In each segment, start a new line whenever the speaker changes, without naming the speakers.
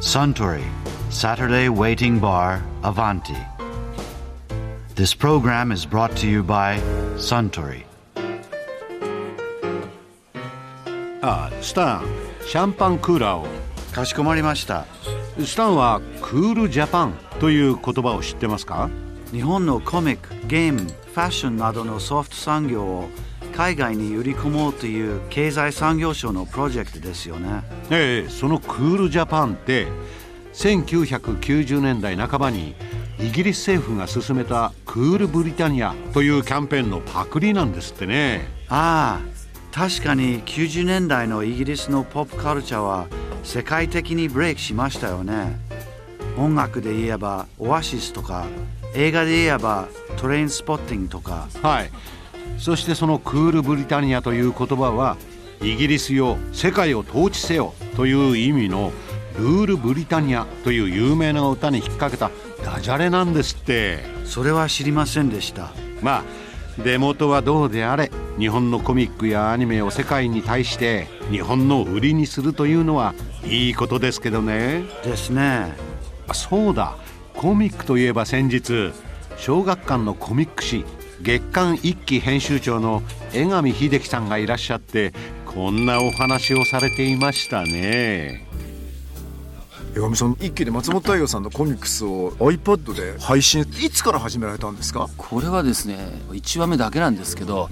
Suntory, Saturday Waiting Bar, Avanti. This program is brought to you by Suntory.
あスタンシャンパンクーラーを
かしこまりました。
スタンはクールジャパンという言葉を知ってますか
日本のコミック、ゲーム、ファッションなどのソフト産業を海外に売り込もうという経済産業省のプロジェクトですよね。
ええそのクールジャパンって1990年代半ばにイギリス政府が進めたクールブリタニアというキャンペーンのパクリなんですってね
ああ確かに90年代のイギリスのポップカルチャーは世界的にブレイクしましたよね音楽で言えばオアシスとか映画で言えばトレインスポッティングとか
はいそしてそのクールブリタニアという言葉はイギリスよ世界を統治せよという意味のルールブリタニアという有名な歌に引っ掛けたダジャレなんですって
それは知りませんでした
まあ出元はどうであれ日本のコミックやアニメを世界に対して日本の売りにするというのはいいことですけどね
ですね
あそうだコミックといえば先日小学館のコミック誌月刊一期編集長の江上秀樹さんがいらっしゃってこんなお話をされていましたね
江上さん一気で松本太陽さんのコミックスを iPad で配信いつから始められたんですか
これはですね1話目だけなんですけど、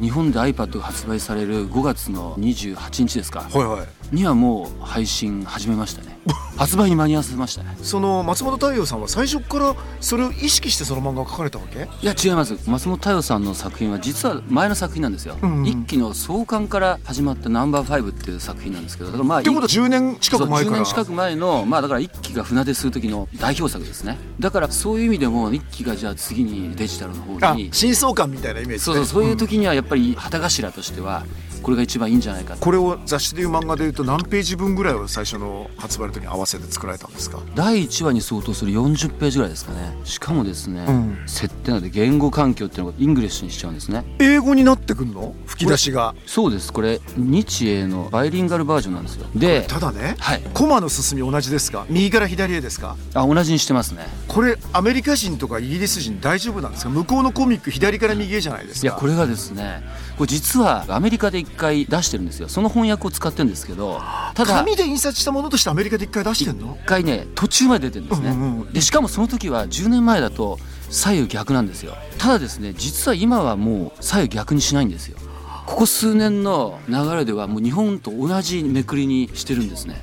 日本で iPad が発売される5月の28日ですか、
はいはい
にはもう配信始めました ね発売に間に合わせましたね
その松本太陽さんは最初からそれを意識してその漫画を描かれたわけ
いや違います松本太陽さんの作品は実は前の作品なんですよ、
んうん
一期の創刊から始まった「ナンバーファイブっていう作品なんですけどだからまあ
ってことは
一
10年近く前
そ
か
う10
ら
年近く前のまあだから一期が船出する時の代表作ですねだからそういう意味でも一期がじゃあ次にデジタルの方
あ
に
真相感みたいなイメージね
そうそうそういう
うん
時にはやっぱり旗頭としてはこれが一番いいんじゃないかと
これを雑誌でいう漫画でいうと何ページ分ぐらいを最初の発売の時に合わせて作られたんですか
第1話に相当する40ページぐらいですかねしかもですね、
うん
設定なので言語環境っていうのをイングリッシュにしちゃうんですね
英語になってくんの吹き出しが
そうですこれ日英のバイリンガルバージョンなんですよで
ただね、
はい
コマの進み同じですか右から左へですか
あ同じにしてますね
これアメリカ人とかイギリス人大丈夫なんですか向こうのコミック左から右へじゃないです
い
か
やこれがですねこれ実はアメリカで一回出してるんですよその翻訳を使ってるんですけどただ
紙で印刷したものとしてアメリカで一回出してんの
一回ね途中まで出てるんですね、
うんうん
でしかもその時は10年前だと左右逆なんですよただですね実は今はもう左右逆にしないんですよここ数年の流れではもう日本と同じめくりにしてるんですね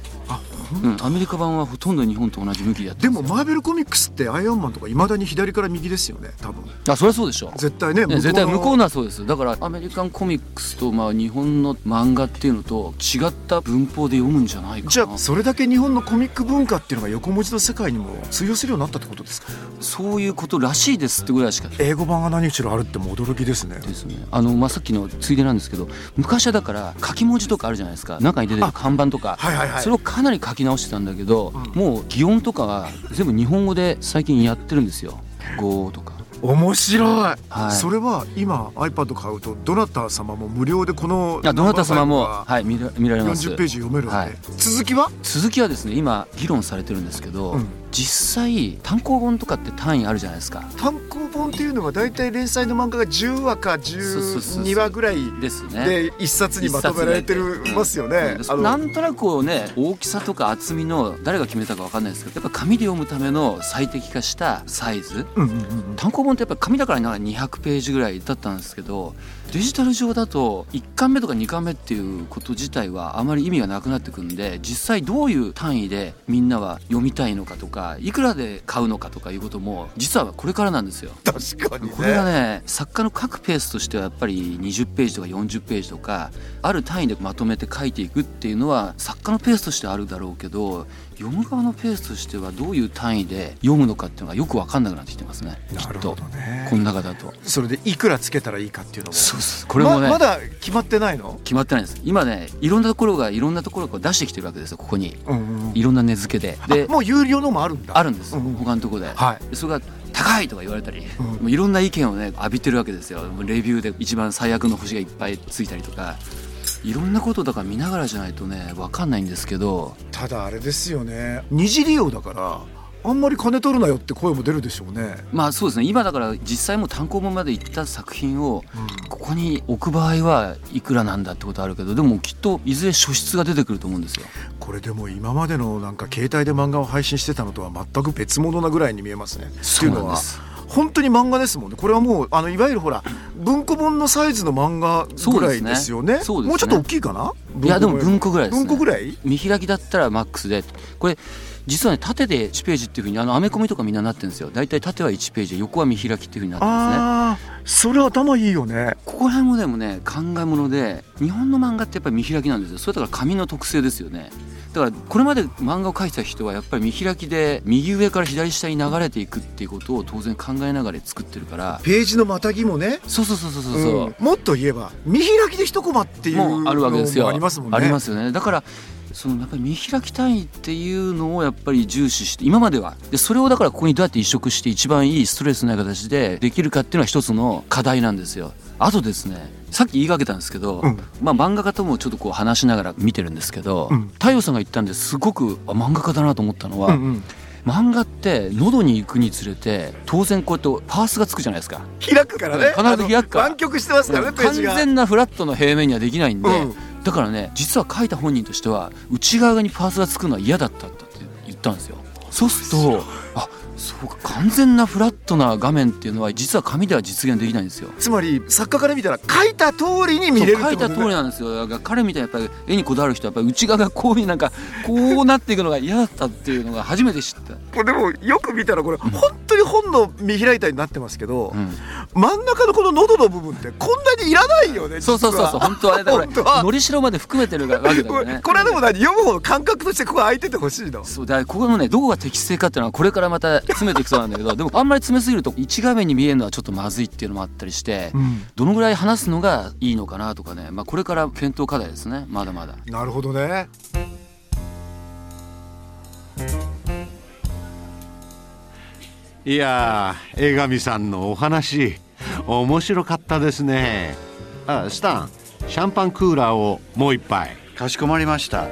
うん、アメリカ版はほとんど日本と同じ向きでやって
で
ます
もマーベルコミックスってアイアンマンとかいまだに左から右ですよね多分
あそりゃそうでしょ
絶対ね
ね絶対向こう
の
のはそうですだからアメリカンコミックスとまあ日本の漫画っていうのと違った文法で読むんじゃないかな
じゃあそれだけ日本のコミック文化っていうのが横文字の世界にも通用するようになったってことですか
そういうことらしいですってぐらいしか
英語版が何しろあるっても驚きですね
ですね、あの、まあ、さっきのついでなんですけど昔はだから書き文字とかあるじゃないですか中に出てる看板とか、
はいはいはい
それをかなり書き直してたんだけど、もう擬音とかは全部日本語で最近やってるんですよ「語とか。
面白い、
はい
それは今 iPad 買うとどなた様も無料でこの
いやどなた様も、
は
はい、見ら見られます
40ページ読めるんで、
はい
続きは
続きはですね今議論されてるんですけど、
うん
実際単行本とかって単位あるじゃないですか。
単行本っていうのが大体連載の漫画が10話か
そうそうそう
12話ぐらい
ですね。
で一冊にまとめられてるますよね。あ
な
の
んとなくこうね大きさとか厚みの誰が決めたかわかんないですけどやっぱ紙で読むための最適化したサイズ
うんうんうん
単行本ってやっぱ紙だからなんか200ページぐらいだったんですけどデジタル上だと1巻目とか2巻目っていうこと自体はあまり意味がなくなってくんで実際どういう単位でみんなは読みたいのかとかいくらで買うのかとかいうことも実はこれからなんですよ。
確かにね
これがね作家の書くペースとしてはやっぱり20ページとか40ページとかある単位でまとめて書いていくっていうのは作家のペースとしてはあるだろうけど読む側のペースとしてはどういう単位で読むのかっていうのがよく分かんなくなってきてますねきっと
ね
この中だと
それでいくらつけたらいいかっていうのも
そうそうこれもね、
ままだ決まってないの、
決まってないです今ねいろんなところがいろんなところをこう出してきてるわけですよここに
うんうん
いろんな値付けでで
あもう有料のもあるんだ
あるんですよ
うんうん
他のところで、
はい
それが高いとか言われたり、
うん
もういろんな意見をね浴びてるわけですよもうレビューで一番最悪の星がいっぱいついたりとかいろんなことだから見ながらじゃないとね分かんないんですけど
ただあれですよね二次利用だからあんまり金取るなよって声も出るでしょうね
まあそうですね今だから実際もう単行本まで行った作品をここに置く場合はいくらなんだってことあるけどでもきっといずれ書質が出てくると思うんですよ。
これでも今までのなんか携帯で漫画を配信してたのとは全く別物なぐらいに見えますね。って
そ
いうう
な
の
んで
は
す
本当に漫画ですもんね。これはもうあのいわゆるほら文庫本のサイズの漫画ぐらいですよね。
そうですねそうですね
もうちょっと大きいかな？
いやでも文庫ぐらいですね
文庫ぐらい？
見開きだったらマックスでこれ実はね縦で1ページっていうふうにあのアメコミとかみんななってるんですよ大体縦は1ページ横は見開きっていうふうになってますね
ああ、それ頭いいよね。
ここら辺もでもね考え物で日本の漫画ってやっぱり見開きなんですよそれだから紙の特性ですよねだからこれまで漫画を描いてた人はやっぱり見開きで右上から左下に流れていくっていうことを当然考えながら作ってるから
ページのまたぎもね。
そうそうそうそうそうそう、
うんもっと言えば見開きで一コマっていうの
もうあるわけですよ
もありますもんね。
ありますよねだからそのやっぱり見開き単位っていうのをやっぱり重視して今まではでそれをだからここにどうやって移植して一番いいストレスのない形でできるかっていうのは一つの課題なんですよあとですねさっき言いかけたんですけど、
うん
まあ漫画家ともちょっとこう話しながら見てるんですけど、
うん
太陽さんが言ったんですごくあ漫画家だなと思ったのは、
うんうん
漫画って喉に行くにつれて当然こうやってパースがつくじゃないですか
開くからね。
必ず開くから
あの湾曲してますからねペー
完
ジが。
全なフラットの平面にはできないんで、
うん
だからね実は書いた本人としては内側にパーツがつくのは嫌だったって言ったんですよそうするとあそうか完全なフラットな画面っていうのは実は紙では実現できないんですよ
つまり作家から見たら書いた通りに見れるって
そう書
こ
い
と
た
ね
通りなんですよだから彼みたいにやっぱり絵にこだわる人はやっぱり内側がこういうなんかこうなっていくのが嫌だったっていうのが初めて知った、
これでもよく見たらこれ本当に本の見開いたになってますけど、
うん、
真ん中のこの喉の部分ってこんなにいらないよね
そうそうそうそう本当はあれだか
本当は
らのりしろまで含めてるわけだ
これ
よ ね
これはでも何読む方の感覚としてここ空いててほしいの
そうだからここのねどこが適正かっていうのはこれからまた詰めていきそうなんだけどでもあんまり詰めすぎると一画面に見えるのはちょっとまずいっていうのもあったりして、
ん
どのぐらい話すのがいいのかなとかね、まあ、これから検討課題ですねまだまだ。
なるほどね
いやー江上さんのお話面白かったですねあスタンシャンパンクーラーをもう一杯
かしこまりました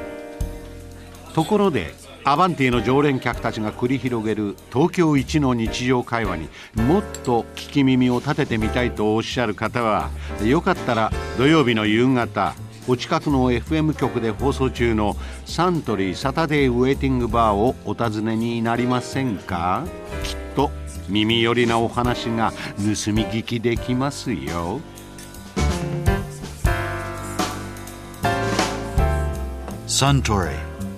ところでアバンティの常連客たちが繰り広げる東京一の日常会話にもっと聞き耳を立ててみたいとおっしゃる方はよかったら土曜日の夕方お近くの FM 局で放送中のサントリーサタデーウェイティングバーをお尋ねになりませんかきっと耳寄りなお話が盗み聞きできますよ。
Suntory,